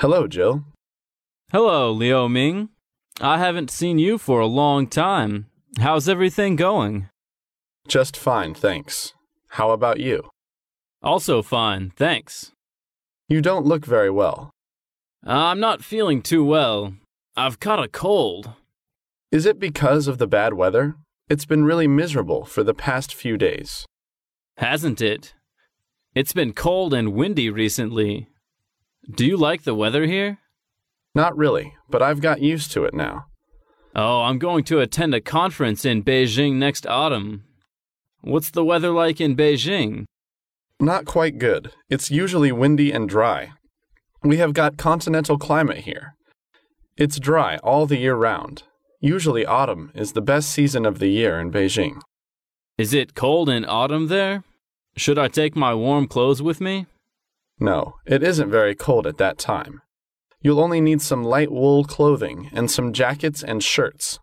Hello, Joe. Hello, Liu Ming. I haven't seen you for a long time. How's everything going? Just fine, thanks. How about you? Also fine, thanks. You don't look very well. I'm not feeling too well. I've caught a cold. Is it because of the bad weather? It's been really miserable for the past few days. Hasn't it? It's been cold and windy recently. Do you like the weather here? Not really, but I've got used to it now. Oh, I'm going to attend a conference in Beijing next autumn. What's the weather like in Beijing? Not quite good. It's usually windy and dry. We have got continental climate here. It's dry all the year round. Usually, autumn is the best season of the year in Beijing. Is it cold in autumn there? Should I take my warm clothes with me? No, it isn't very cold at that time. You'll only need some light wool clothing and some jackets and shirts.